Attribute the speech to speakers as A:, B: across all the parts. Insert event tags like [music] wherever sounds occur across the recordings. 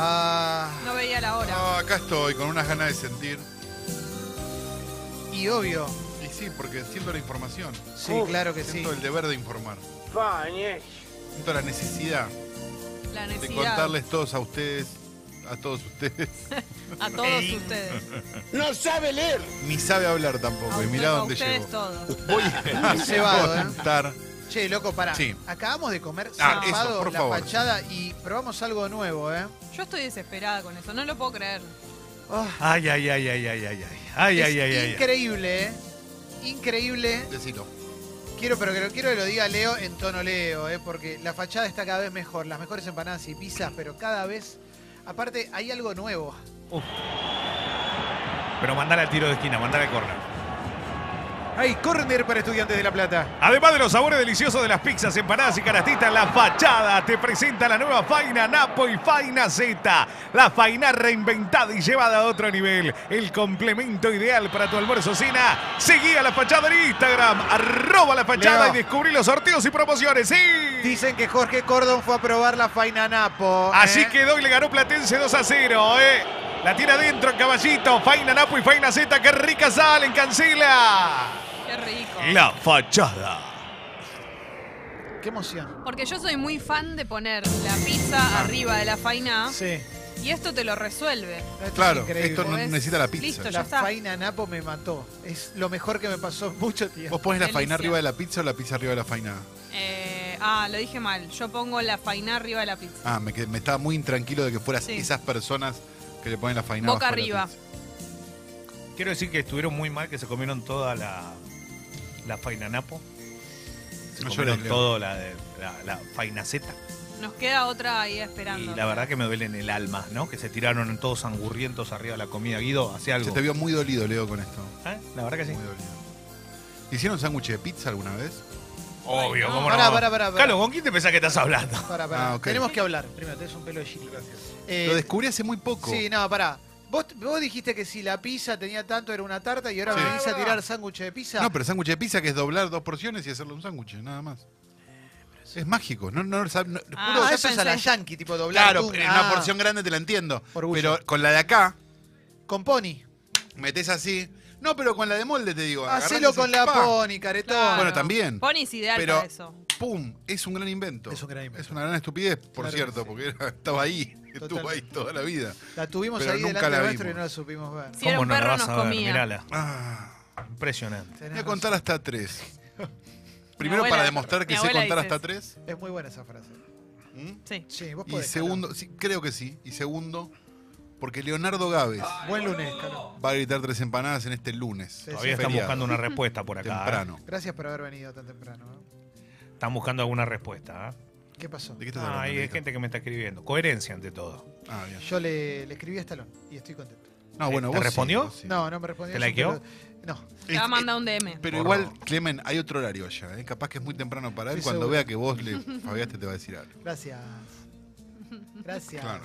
A: Ah.
B: Ah.
A: Ah, acá estoy con unas ganas de sentir.
C: Y obvio.
A: Y sí, porque siento la información.
C: Sí,
D: Oh,
C: claro que sí.
A: siento el deber de informar.
D: Pañe.
A: Siento la necesidad
B: La
A: de
B: necesidad
A: contarles todos a ustedes, a todos ustedes. [laughs]
B: a todos ustedes.
D: No sabe leer.
A: Ni sabe hablar tampoco.
B: A
A: Y
B: usted-
A: mirá
B: a
A: dónde
B: ustedes
A: llegó. [laughs]
B: todos.
A: Voy a
C: Cebado, ¿eh?
A: contar.
C: Che, loco, pará.
A: Sí.
C: Acabamos de comer
A: Ah,
C: zarpado
A: eso, por
C: la
A: favor.
C: fachada y probamos algo nuevo, ¿eh?
B: Yo estoy desesperada con eso, no lo puedo creer.
C: Ah,
E: Ay, ay, ay, ay, ay, ay, ay. Ay,
C: es
E: ay, ay, ay, ay.
C: increíble, ¿eh? Increíble.
A: Decilo.
C: Quiero, pero que lo, quiero que lo diga Leo en tono Leo, ¿eh? porque la fachada está cada vez mejor, las mejores empanadas y pizzas, pero cada vez, aparte, hay algo nuevo.
E: Pero mandala al tiro de esquina, mandala al córner.
C: Hay córner para estudiantes de La Plata.
E: Además de los sabores deliciosos de las pizzas, empanadas y canastitas, La Fachada te presenta la nueva Faina Napo y Faina Z. La faina reinventada y llevada a otro nivel. El complemento ideal para tu almuerzo o cena. Seguí a La Fachada en Instagram, arroba La Fachada
C: Leo.
E: y descubrí los sorteos y promociones. ¡Sí!
C: Dicen que Jorge Cordon fue a probar la faina Napo. ¿eh?
E: Así quedó y le ganó Platense 2 a 0, ¿eh? La tira adentro, caballito. Faina Napo y Faina Z, qué rica salen, cancela.
B: Qué rico.
E: La fachada.
C: Qué emoción.
B: Porque yo soy muy fan de poner la pizza arriba de la faina
C: Sí.
B: y esto te lo resuelve.
C: Esto es
A: Claro,
C: increíble.
A: esto no
B: ¿Ves?
A: necesita la pizza.
B: Listo, ya
C: La
B: está.
C: faina Napo me mató. Es lo mejor que me pasó en mucho tiempo.
A: ¿Vos pones la
B: Delicia.
A: faina arriba de la pizza o la pizza arriba de la faina?
B: Eh, ah, lo dije mal. Yo pongo la faina arriba de la pizza.
A: Ah, me, quedé- me estaba muy intranquilo de que fueras
B: Sí.
A: esas personas que le ponen la faina
B: Boca
A: abajo de la
B: arriba.
A: pizza.
E: Quiero decir que estuvieron muy mal, que se comieron toda la, la faina napo. Se
A: No
E: comieron
A: llores, Leo.
E: todo la, de- la, la faina zeta.
B: Nos queda otra ahí
E: Y
B: esperando.
E: la verdad que me duele en el alma, ¿no? Que se tiraron todos angurrientos arriba de la comida. Guido, hacía algo.
A: Se te vio muy dolido, Leo, con esto.
E: ¿Eh? La verdad que sí.
A: Muy dolido. ¿Hicieron sándwich de pizza alguna vez?
E: Obvio,
B: No,
E: cómo
C: pará,
E: no.
C: pará, pará, pará.
E: Calo, ¿con quién te pensás que estás hablando?
C: Pará, pará.
A: Ah, ok.
C: Tenemos que hablar. Primero, tenés un pelo de chile. Eh,
A: Lo descubrí hace muy poco.
C: Sí, no, pará. Vos, vos dijiste que si la pizza tenía tanto era una tarta y ahora
A: Sí.
C: me venís a tirar sándwich de pizza.
A: No, pero sándwich de pizza que es doblar dos porciones y hacerle un sándwich, nada más. Es mágico. No, no, sab- no-
B: Ah,
C: Ah,
A: juro-
B: yo
C: eso es a la
B: pensé.
C: yankee, tipo doblar.
A: claro,
C: pum,
A: en
C: ah,
A: una porción grande te la entiendo.
C: Orgullo.
A: Pero con la de acá,
C: Con pony.
A: metes así. No, pero con la de molde te digo. agarrás
C: Hacelo
A: y
C: con
A: haces
C: la
A: pa.
C: pony, caretón.
B: Claro.
A: Bueno, también.
B: Pony es ideal
A: Pero-
B: para eso.
A: ¡Pum! Es un gran invento.
C: Es un gran invento.
A: Es una gran estupidez, por
C: Claro que
A: cierto,
C: sí.
A: porque era- estaba ahí. [laughs] Estuvo
C: Totalmente.
A: ahí toda la vida.
C: La tuvimos
A: Pero
C: ahí
A: nunca
C: delante
A: la
C: nuestro y
A: vimos.
C: no la supimos ver.
B: Si era un perro nos comía.
E: Mirala.
A: Ah,
E: Impresionante.
C: Tenés
A: voy a
C: razón.
A: contar hasta
C: [laughs]
A: tres. Primero,
B: abuela-
A: para demostrar que
B: mi
A: sé
B: abuela
A: contar
B: dice
A: hasta
B: eso.
A: tres.
C: Es muy buena esa frase.
A: ¿Mm?
B: Sí.
C: Sí, vos
A: Y
C: podés.
A: segundo, sí, creo que sí. Y segundo, porque Leonardo Gávez
C: Calo. Buen lunes, Carlos.
A: va a gritar tres empanadas en este lunes.
C: Sí,
E: Todavía
A: sí.
E: están
A: Feriado.
E: buscando una respuesta por acá. ¿eh?
A: Temprano.
C: Gracias por haber venido tan temprano. ¿eh?
E: Están buscando alguna respuesta. ¿eh?
C: ¿Qué pasó?
A: ¿De qué estás hablando?
E: Ah, y hay
A: Lito?
E: gente que me está escribiendo. Coherencia ante todo.
A: Ah, bien.
C: Yo le, le escribí a Estalón y estoy contento.
A: No, bueno,
E: ¿Te
A: vos sí,
E: respondió?
A: vos sí.
C: No, no me respondió.
E: ¿Te
C: es un
E: likeó?
C: pelo- No.
B: Te va a mandar un DM.
A: Pero
E: Porro.
A: igual, Clemen, hay otro horario ya. ¿eh? Capaz que es muy temprano para él.
C: Sí,
A: Cuando
C: seguro.
A: vea que vos le fabiaste, te va a decir algo.
C: Gracias. Gracias.
A: Claro.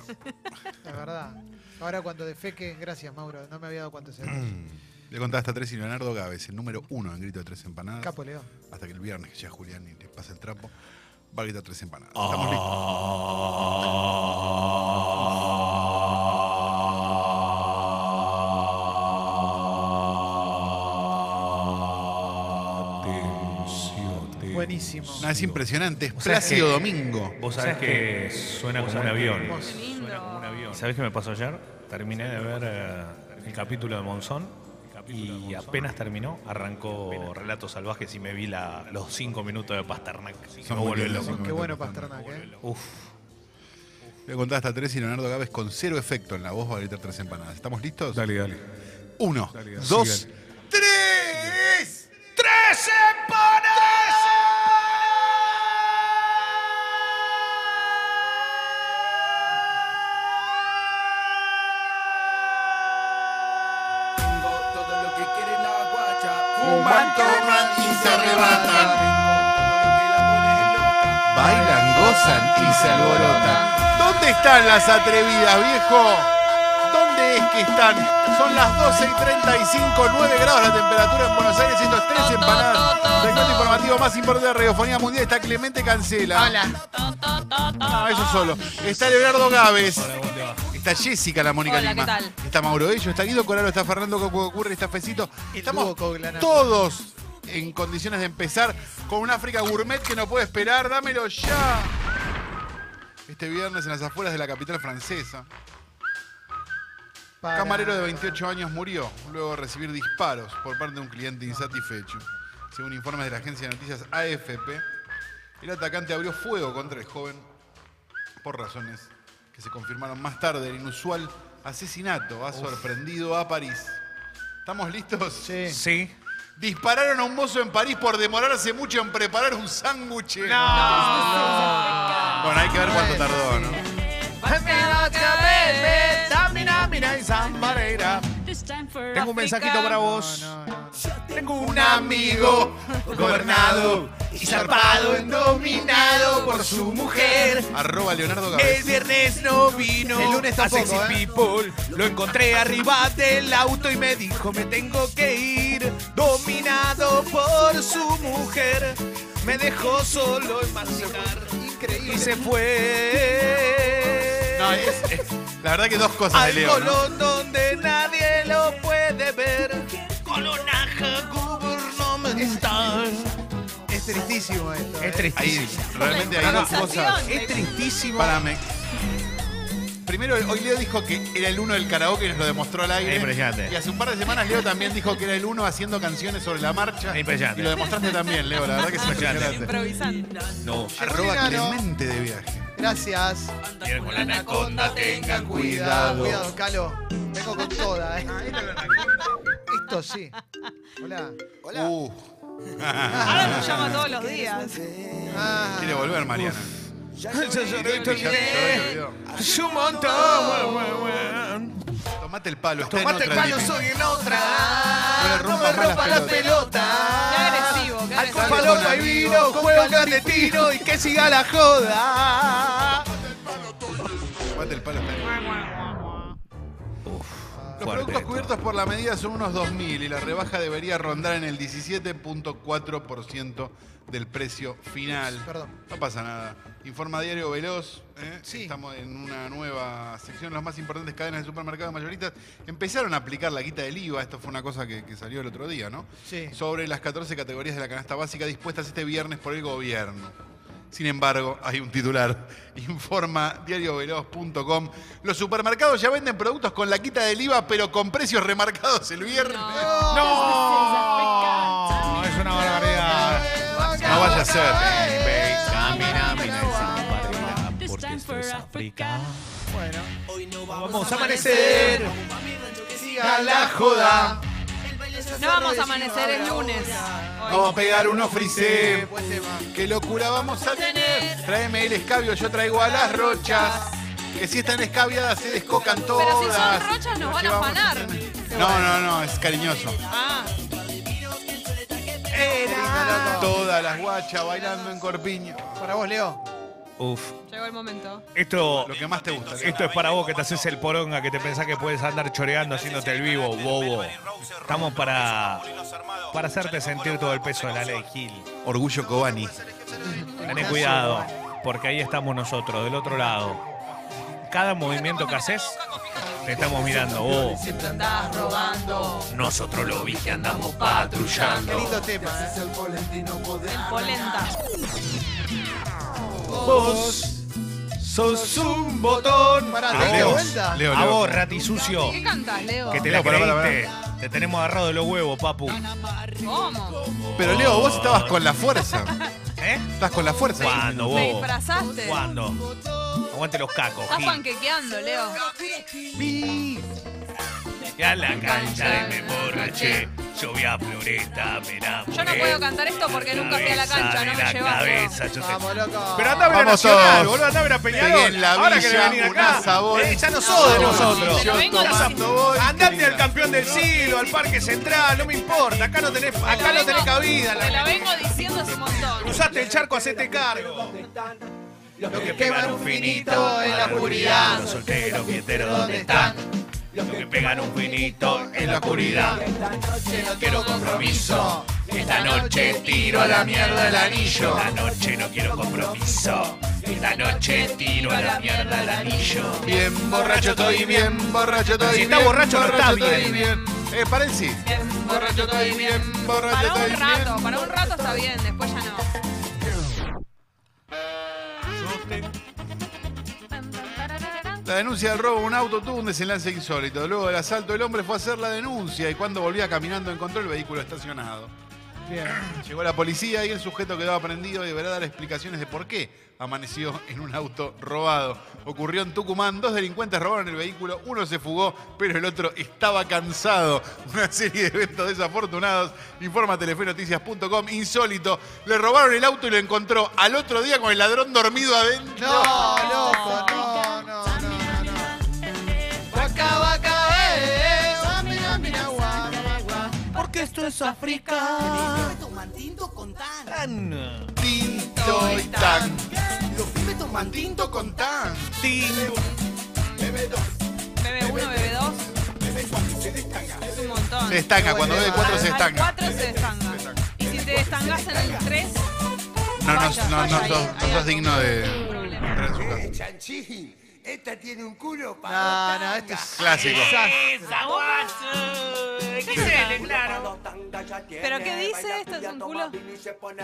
C: La verdad. Ahora cuando defeque, gracias Mauro, no me había dado cuántos eran.
A: Le contaba hasta tres y Leonardo Gávez, el número uno en grito de tres empanadas.
C: Capo Leo.
A: Hasta que el viernes, que ya Julián y le pasa el trapo, va a gritar tres empanadas.
E: Ah,
A: Estamos listos.
C: Buenísimo.
A: No, es impresionante, es
E: sea
A: Plácido
E: que-
A: Domingo.
E: Vos sabés que suena como un avión.
C: Hermoso.
B: Lindo.
E: ¿Sabés qué me pasó ayer? Terminé de ver eh, el capítulo de Monzón y apenas terminó, arrancó Relatos Salvajes y me vi la- los cinco minutos de Pasternak.
A: Son
E: me
A: muy
E: volvió
A: lindos.
E: loco.
C: Qué bueno Pasternak, ¿eh?
E: Uf.
A: Le contaba hasta tres y Leonardo Gávez con cero efecto en la voz va a gritar tres empanadas. ¿Estamos listos?
E: Dale, dale.
A: Uno, dos, tres.
E: ¡Tres empanadas!
F: Todo lo que quiere la guacha.
A: Fuman, toman y se arrebatan.
F: Todo
A: Bailan, gozan y se alborotan. ¿Dónde están las atrevidas, viejo? ¿Dónde es que están? Son las 12 y 35, 9 grados la temperatura en Buenos Aires, siendo tres empanadas. Segmento informativo más importante de Radiofonía Mundial está Clemente Cancela.
C: Hola.
A: Ah, eso solo. Está Leonardo Gávez. Está Jessica, la Mónica
B: Hola, ¿qué
A: Lima.
B: tal?
A: Está Mauro Bello, está Guido Coralo, está Fernando Coco Ocurre, está Fecito.
C: El
A: Estamos
C: dúo Coglanaro.
A: todos en condiciones de empezar con un África Gourmet que no puede esperar. ¡Dámelo ya! Este viernes en las afueras de la capital francesa.
C: Para-
A: Camarero de 28 años murió luego de recibir disparos por parte de un cliente insatisfecho. Según informes de la agencia de noticias AFP, el atacante abrió fuego contra el joven por razones que se confirmaron más tarde. El inusual asesinato ha sorprendido a París. ¿Estamos listos?
C: Sí.
E: Sí.
A: Dispararon a un mozo en París por demorarse mucho en preparar un sándwich. Bueno, hay que ver cuánto tardó, ¿no?
E: Tengo un mensajito para vos. Tengo
A: un amigo gobernado y zarpado,
F: dominado por su mujer.
A: Arroba Leonardo Cabez.
F: viernes no vino.
C: El lunes
F: a
C: tampoco,
F: Sexy
C: ¿eh?
F: People. Lo encontré arriba del auto y me dijo me tengo que ir. Dominado por su mujer. Me dejó solo en masticar.
C: Increíble.
F: Y se fue.
A: No, es- es- la verdad que dos cosas de
F: Al
A: Leo, ¿no?
F: Colón donde nadie lo puede ver. Colonaja gubernamental.
C: Es tristísimo esto. ¿eh?
F: Es tristísimo.
A: Ahí, realmente hay
B: No, no,
A: dos cosas.
B: sensación.
F: Es tristísimo.
A: Párame. Primero, hoy Leo dijo que era el uno del karaoke y nos lo demostró al aire.
E: Impresionante.
A: Y hace un par de semanas Leo también dijo que era el uno haciendo canciones sobre la marcha.
E: Impresionante.
A: Y lo demostraste también, Leo. La verdad que es
E: Impresionante.
A: impresionante.
B: Improvisando.
E: No.
A: Arroba
C: Juliano.
A: Clemente de viaje.
C: ¿eh? Gracias.
E: con la anaconda,
F: tengan
C: Cuidado, cuidado, Calo. Vengo con toda, ¿eh? Esto sí. Hola. Hola.
A: Uh,
B: Ahora nos llama todos los días.
C: Ah,
A: quiere volver, Mariana. Ya- ya lo olvidó.
F: Su montón.
A: Tomate el palo. está en
F: Tomate el
A: otra
F: palo,
A: dimensión.
F: soy en otra.
A: No me
F: No me
A: rompa
F: rompa
A: las
F: las pelotas.
B: Qué agresivo, qué
F: Al
B: agresivo.
F: palopa y vino, juego clandestino y que siga la joda.
A: Tomate el palo. está en otra. Los
E: Fuerte
A: productos
E: esto.
A: cubiertos por la medida son unos 2.000 y la rebaja debería rondar en el 17.4% del precio final.
C: Perdón.
A: No pasa nada. Informa Diario Veloz. ¿eh?
C: Sí.
A: Estamos en una nueva sección. Las más importantes cadenas de supermercados mayoristas empezaron a aplicar la quita del IVA. Esto fue una cosa que, que salió el otro día, ¿no?
C: Sí.
A: Sobre las 14 categorías de la canasta básica dispuestas este viernes por el gobierno. Sin embargo, hay un titular. Informa diarioveloz.com. Los supermercados ya venden productos con la quita del IVA, pero con precios remarcados el viernes. No,
E: No. Oh, Es una barbaridad.
A: vaya a ser.
E: Ve, camina, mira esa barbaridad, porque esto es África.
C: Bueno.
F: Vamos a amanecer. Siga la joda.
B: No vamos a amanecer, es lunes.
A: Vamos a pegar unos
C: Eh,
A: frisés.
C: buen tema.
A: ¡Qué locura vamos a tener! Tráeme el escabio, yo traigo a las rochas. Que si están escabiadas se descocan todas.
B: Pero si son rochas, nos van a
A: Llevamos-
B: afanar.
A: No, no, no, es cariñoso.
B: Ah,
A: Todas las guachas bailando en corpiño.
C: Para vos, Leo.
E: Uf.
B: llegó el momento.
E: Esto.
A: Lo que más te gusta. Leo.
E: Esto es para vos que te haces el poronga, que te pensás que puedes andar choreando haciéndote el vivo, bobo. Estamos para, para hacerte sentir todo el peso de la ley, Gil.
A: Orgullo Cobani.
E: Tené cuidado, porque ahí estamos nosotros, del otro lado. Cada movimiento que haces, te estamos mirando, bobo.
B: Estás robando
E: Nosotros lo vi que andamos patrullando.
C: Qué lindo tema, ¿eh?
B: el polenta.
F: Vos sos un botón.
C: Pará,
E: A
C: dale
E: vos,
C: vuelta.
A: Leo,
E: a
A: Leo.
E: vos, ratisucio,
B: ¿Qué cantas, Leo?
E: que te la
A: Leo, pará, pará,
E: creíste. Te tenemos agarrado de los huevos, papu.
B: ¿Cómo?
A: Pero Leo, vos estabas con la fuerza.
E: ¿Eh?
A: Estás con la fuerza.
E: ¿Cuándo,
B: Te
E: bobo?
B: disfrazaste.
E: ¿Cuándo? Aguante los cacos,
B: Estás
E: Gil.
B: panquequeando, Leo.
E: Y a la cancha de me borraché, yo vi a Floreta, me enamoré.
B: Yo no puedo cantar esto porque nunca fui a la cancha, no
E: Cabeza
B: me
E: de
B: llevas,
E: la
B: no.
E: cabeza, yo te-
C: Vamos, loco.
E: Pero andá a ver a
A: Vamos
E: Nacional,
A: todos.
E: boludo, andá a ver a Peñarol.
A: Pegué en la
E: Ahora
A: villa,
E: que venir acá.
A: una sabor.
E: Eh, ya no sos de
B: Sabor,
E: nosotros.
B: yo vengo
E: Ya
B: diciendo-
E: sos- Andate al campeón del siglo, al Parque Central, no me importa. Acá no tenés, acá no tenés cabida.
B: Te lo
E: La...
B: vengo diciendo hace un montón.
E: Usaste el charco, hacete cargo. Los que pegan un finito
C: en la oscuridad.
E: Los solteros, fieteros, ¿dónde están? Los que pegan un finito en la oscuridad.
C: Quiero compromiso.
F: Esta noche tiro a la mierda el anillo. Esta noche no quiero compromiso. Esta noche tiro a la mierda el anillo.
A: Bien borracho estoy, bien borracho estoy.
E: Si está
A: bien
E: borracho, no está
A: estoy,
E: bien.
A: Eh, Parenzi. Borracho estoy, bien borracho
B: Para
A: estoy.
B: un rato, para un rato está bien, después ya no.
A: La denuncia del robo de un auto tuvo un desenlace insólito. Luego del asalto, el hombre fue a hacer la denuncia y cuando volvía caminando encontró el vehículo estacionado.
C: Bien.
A: Llegó la policía y el sujeto quedó aprendido y deberá dar explicaciones de por qué amaneció en un auto robado. Ocurrió en Tucumán, dos delincuentes robaron el vehículo, uno se fugó, pero el otro estaba cansado. [laughs] Una serie de eventos desafortunados. Informa teleferenoticias.com, insólito. Le robaron el auto y lo encontró al otro día con el ladrón dormido adentro.
C: No, loco, no, no, no, no, no. Waka, waka, eh, eh, wa, mira, mira, wa, wa, wa.
F: Porque esto es África.
G: toman tinto con tan.
F: Tan,
A: Tinto y tan.
G: Los pibes toman tinto con tan.
F: tin,
B: Bebe uno, bebe dos. Es un montón.
A: Se estanca, cuando bebe cuatro se
B: Al
A: estanca.
B: 4 se estanca. Y si te destangas en el 3,
A: No, no, no, no, sos- no sos digno de
B: problema.
A: entrar en su casa.
D: Chanchín, esta tiene un culo
C: No, no, esto es
A: Clásico.
D: claro.
B: ¿Pero qué dice? ¿Esto es un culo?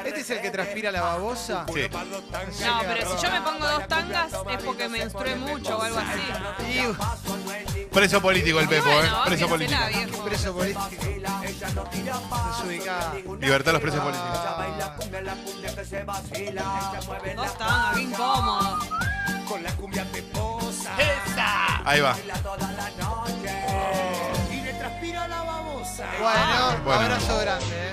C: Este es el que transpira la babosa.
A: Sí.
B: No, pero si yo me pongo dos tangas es porque menstrué mucho o algo así.
C: Y uh,
A: Preso político el
B: Y
A: Pepo, ¿eh?
B: Ah, bueno,
A: Preso político.
B: bájensela, viejo.
C: preso político. Desubicada.
A: Libertad a los presos políticos.
C: Ah,
B: Dos tangas, qué incómodo.
A: Ahí va.
C: Bueno,
A: Bueno.
C: abrazo grande, eh.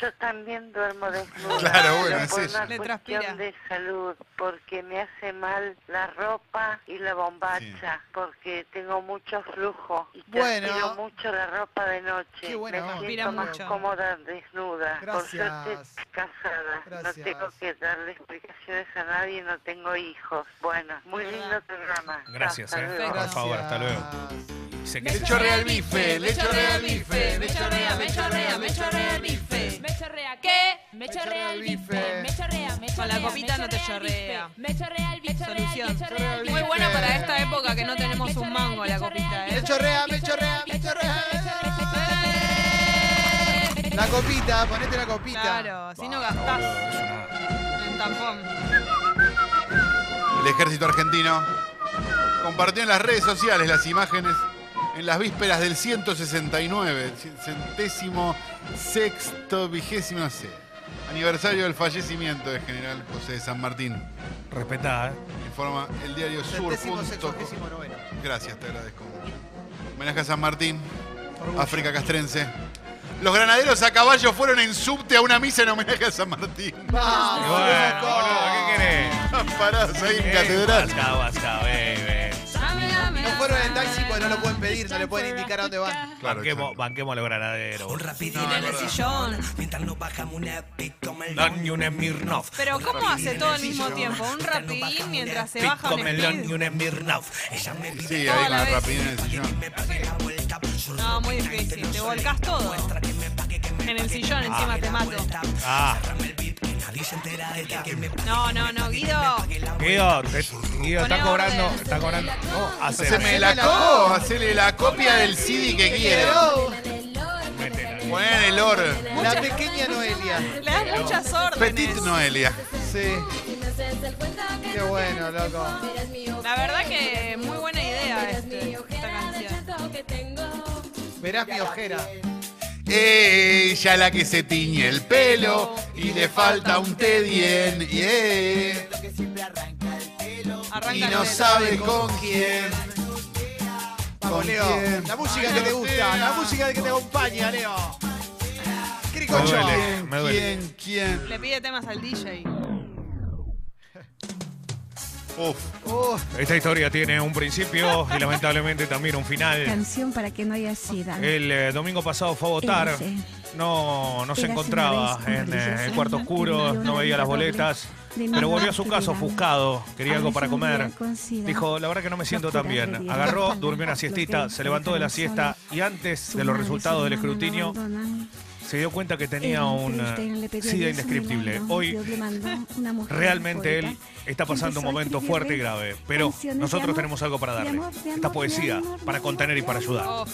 H: Yo también duermo desnuda.
A: Claro,
H: pero
A: bueno, es
H: por
A: eso.
H: una
B: Le transpira.
H: cuestión de salud, porque me hace mal la ropa y la bombacha, porque tengo mucho flujo y
C: Bueno.
H: transpiro mucho la ropa de noche.
C: Qué buena
H: me
C: onda.
B: Transpira
H: siento más
B: mucho.
H: cómoda desnuda.
C: Gracias.
H: Por suerte casada.
C: Gracias.
H: No tengo que darle explicaciones a nadie, no tengo hijos. Bueno, muy lindo programa.
E: Gracias,
H: Hasta
E: eh.
H: luego.
B: Perfecto.
E: Por favor, hasta luego. Se que-
A: Me chorrea el bife, le chorrea el bife, me chorrea, me
B: chorrea, me chorrea el bife.
I: Me chorrea qué? Me chorrea el
C: bife.
I: bife. Me chorrea, me chorrea.
B: Con la copita
I: me
B: no te
I: chorrea el
B: chorrea.
I: bife. Me chorrea el bife.
B: Solución.
I: me chorrea el bife.
B: Muy buena para esta época que no tenemos un mango la copita,
C: Me
B: ¿eh?
C: chorrea, me chorrea, me chorrea. La copita, ponete la copita.
B: Claro, si no gastás en tampón.
A: El ejército argentino compartió en las redes sociales las imágenes en las vísperas del 169, centésimo sexto vigésimo, no sé, aniversario del fallecimiento del general José de San Martín.
E: Respetá, ¿eh?
A: Ah, Informa el diario Sur.
C: Centésimo, sexagésimo noveno.
A: Gracias, te agradezco mucho. Homenaje a San Martín, África Castrense. Los granaderos a caballo fueron en subte a una misa en homenaje a San Martín.
E: Y
C: Vamos,
E: Bueno,
C: loco.
E: boludo, ¿qué
A: [laughs]
E: querés?
A: Parados ahí en
E: Eh,
A: catedral.
E: basta, basta, baby.
C: No fueron en taxi porque no lo pueden pedir, no le pueden indicar a dónde van.
A: Claro,
E: Banquemos,
A: exacto.
E: banquemos los granaderos.
B: En el sillón.
F: dan y un Smirnoff.
B: Pero ¿cómo hace todo al mismo tiempo? Un rapidín mientras se baja
F: Pico
B: un
F: melón y
B: speed.
F: un Smirnoff.
A: Sí, eh.
B: toda
A: ahí con
B: la
A: el
B: vez.
A: rapidín en el sillón.
B: No, muy difícil. Te volcás todo. En el sillón encima te mato.
E: Ah,
B: No, no, no, Guido.
E: Guido, te- Guido, está
B: Poné
E: cobrando.
B: orden.
E: Está cobrando. Oh, No,
A: Haceme
E: haceme.
A: la, co, hacele la copia del CD que quiera.
C: Pero
A: Poner en el oro.
C: la pequeña Noelia.
B: Le das muchas
A: Petit
B: órdenes.
A: Noelia.
C: Sí. Qué bueno, loco.
B: La verdad que muy buena idea este- esta canción.
C: Verás mi ojera.
A: Ella la que se tiñe el pelo y le falta un té bien. yeah.
B: Arranca
A: Y
B: el
A: no
B: dedo.
A: sabe con quién.
C: Vamos, Leo. La música que te gusta, la música que te acompaña, Leo.
E: Me
C: Cricocho.
E: duele, me duele.
A: ¿Quién? ¿Quién?
B: Le pide temas al DJ.
A: Uf.
C: Uh,
E: Esta historia tiene un principio
J: [laughs]
E: y lamentablemente también un final.
J: Canción para que no haya sida.
E: El eh, domingo pasado fue a votar.
J: Ese.
E: No, no se
J: Érase una
E: encontraba
J: vez un
E: en eh, el
J: brilloso
E: cuarto
J: ángel
E: oscuro,
J: de una
E: no veía las
J: luna doble,
E: boletas.
J: de
E: Pero
J: mamá
E: volvió a su
J: que
E: casa
J: le daba.
E: ofuscado, quería
J: A
E: algo para
J: veces me
E: comer.
J: veía con sida.
E: Dijo, la verdad que no me siento tan
J: Locura
E: bien.
J: de
E: Agarró,
J: Dios.
E: durmió una siestita, se levantó de la siesta y antes de los resultados del escrutinio,
J: Se
E: se dio cuenta que tenía un eh, SIDA indescriptible. Hoy realmente él está pasando un momento fuerte y grave, pero nosotros tenemos algo para darle. Esta poesía para contener y para ayudar.
B: Oh,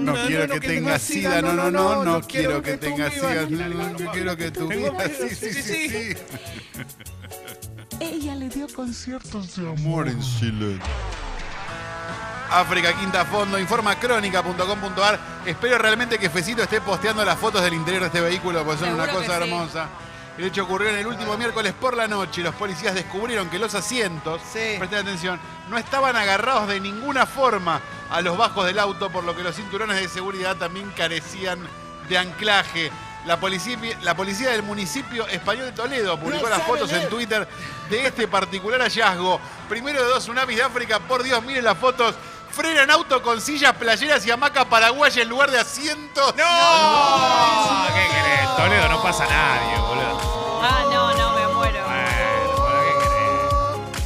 A: No quiero que tengas sida, no, no, no, no quiero que tengas
F: tú vivas.
A: sida, no, no, no quiero que tú
F: Tengo
A: vivas.
F: miedo,
A: Sí, sí,
F: sí,
A: sí,
F: sí.
A: sí.
G: Ella le dio conciertos de amor.
A: Amor en Chile. África Quinta Fondo, informa crónica.com.ar. Espero realmente que Fecito esté posteando las fotos del interior de este vehículo, porque son
B: Seguro
A: una
B: que
A: cosa
B: sí.
A: hermosa. El hecho ocurrió en el último miércoles por la noche. Los policías descubrieron que los asientos,
C: Sí.
A: presten atención, no estaban agarrados de ninguna forma a los bajos del auto, por lo que los cinturones de seguridad también carecían de anclaje. La policía, la policía del municipio español de Toledo publicó
G: No
A: las
G: sabe
A: fotos en
G: leer.
A: Twitter de este particular hallazgo. Primero de dos tsunamis de África, por Dios, miren las fotos. Frenan auto con sillas, playeras y hamaca paraguaya en lugar de asientos.
E: ¡No! ¿Qué querés? Toledo no pasa a nadie, boludo.
B: Ah, no, no, me muero.
E: Bueno,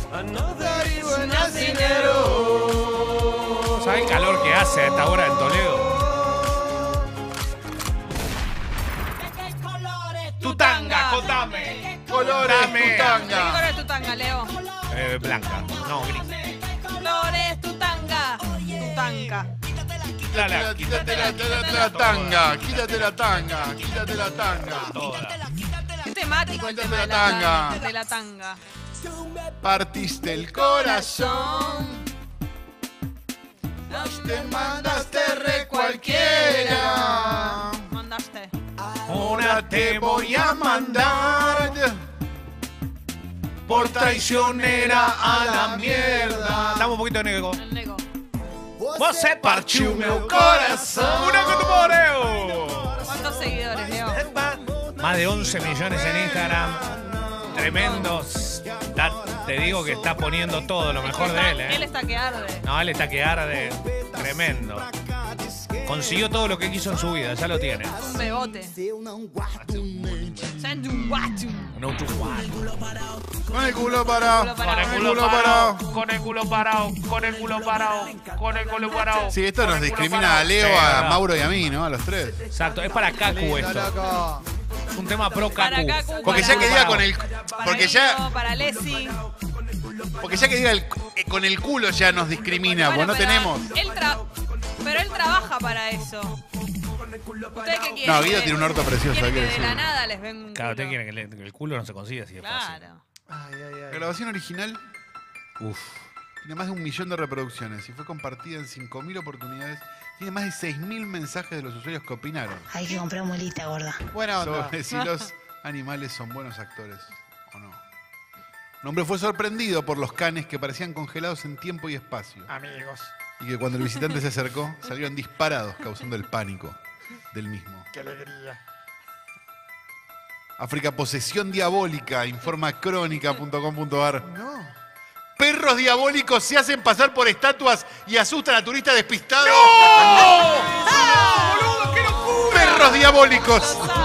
E: ¿para qué querés?
B: No, dinero.
E: ¿Sabes el calor que hace a esta hora en Toledo?
F: Tu tanga, contame.
A: Colores,
E: Dame.
A: tu
B: ¿De qué color
A: tanga.
B: es tu tanga, Leo?
E: Eh, blanca. No, gris.
B: Flores, tu tanga. Tu tanga.
A: Quítate la,
E: Lala,
A: quítate la tanga, quítate la tanga, quítate la tanga.
E: toda.
B: Qué temático el
A: Quítate
B: tema de
A: la
B: la Este
A: tanga.
B: De la tanga.
A: Partiste el corazón, te mandaste re cualquiera.
B: Mandaste.
E: Ahora te voy a
A: mandar
E: por traicionera a la mierda. Estamos un poquito negro.
B: El nego.
E: Vos se parchiu meu
A: corazón.
E: Una con tu moreo.
B: ¿Cuántos seguidores, Leo?
E: Más de 11 millones en Instagram. Tremendos. Da- te digo que está poniendo todo lo mejor de él,
B: Él
E: ¿eh?
B: está que arde.
E: No, él está que arde. Tremendo. Consiguió todo lo que quiso en su vida, ya lo tiene.
B: Un bebote. Send un guatum.
E: No tu
A: Con el culo parado,
B: Con el
A: con el
B: culo
A: culo parado.
F: con el culo parado, con el culo parado, con el culo parado.
A: Sí, esto
F: con
A: nos
F: el culo
A: discrimina
F: parado.
A: a Leo,
E: Sí,
A: a
E: verdad.
A: Mauro y a mí, ¿no? A los tres.
E: Exacto, es para Kaku
C: Lindo,
E: esto.
C: loco.
E: Es un tema pro
B: Para
E: Kaku.
B: Kaku,
A: Porque
B: para-
A: ya que diga con el.
B: Para
A: Porque
B: Nico,
A: ya,
B: Para Lessi.
A: porque ya que diga el- eh, con el culo ya nos discrimina, pues
B: Bueno,
A: no
B: pero
A: tenemos.
B: él tra- pero él trabaja para eso. ¿Ustedes qué quieren?
A: No, Guido tiene un orto precioso,
B: ¿Quieren que
A: hay que
B: de la
A: decirlo.
B: nada les ven un culo?
E: Claro, usted quiere que le- que el culo no se consiga así de fácil.
B: Claro.
C: Ay, ay,
A: La
C: ay.
A: grabación original
E: Uf.
A: tiene más de un millón de reproducciones y fue compartida en 5.000 oportunidades. Tiene más de 6.000 mensajes de los usuarios que opinaron
J: Hay que comprar molita gorda.
C: Buena onda.
A: sobre si los animales son buenos actores o no. Un hombre fue sorprendido por los canes que parecían congelados en tiempo y espacio.
F: Amigos,
A: Y que cuando el visitante se acercó, salieron disparados, causando el pánico del mismo.
F: qué alegría.
A: África Posesión Diabólica, informa crónica.com.ar.
C: No.
A: Perros diabólicos se hacen pasar por estatuas y asustan a [laughs] turistas despistados.
E: ¡No, boludo, qué locura!
A: ¡Perros diabólicos!
B: Los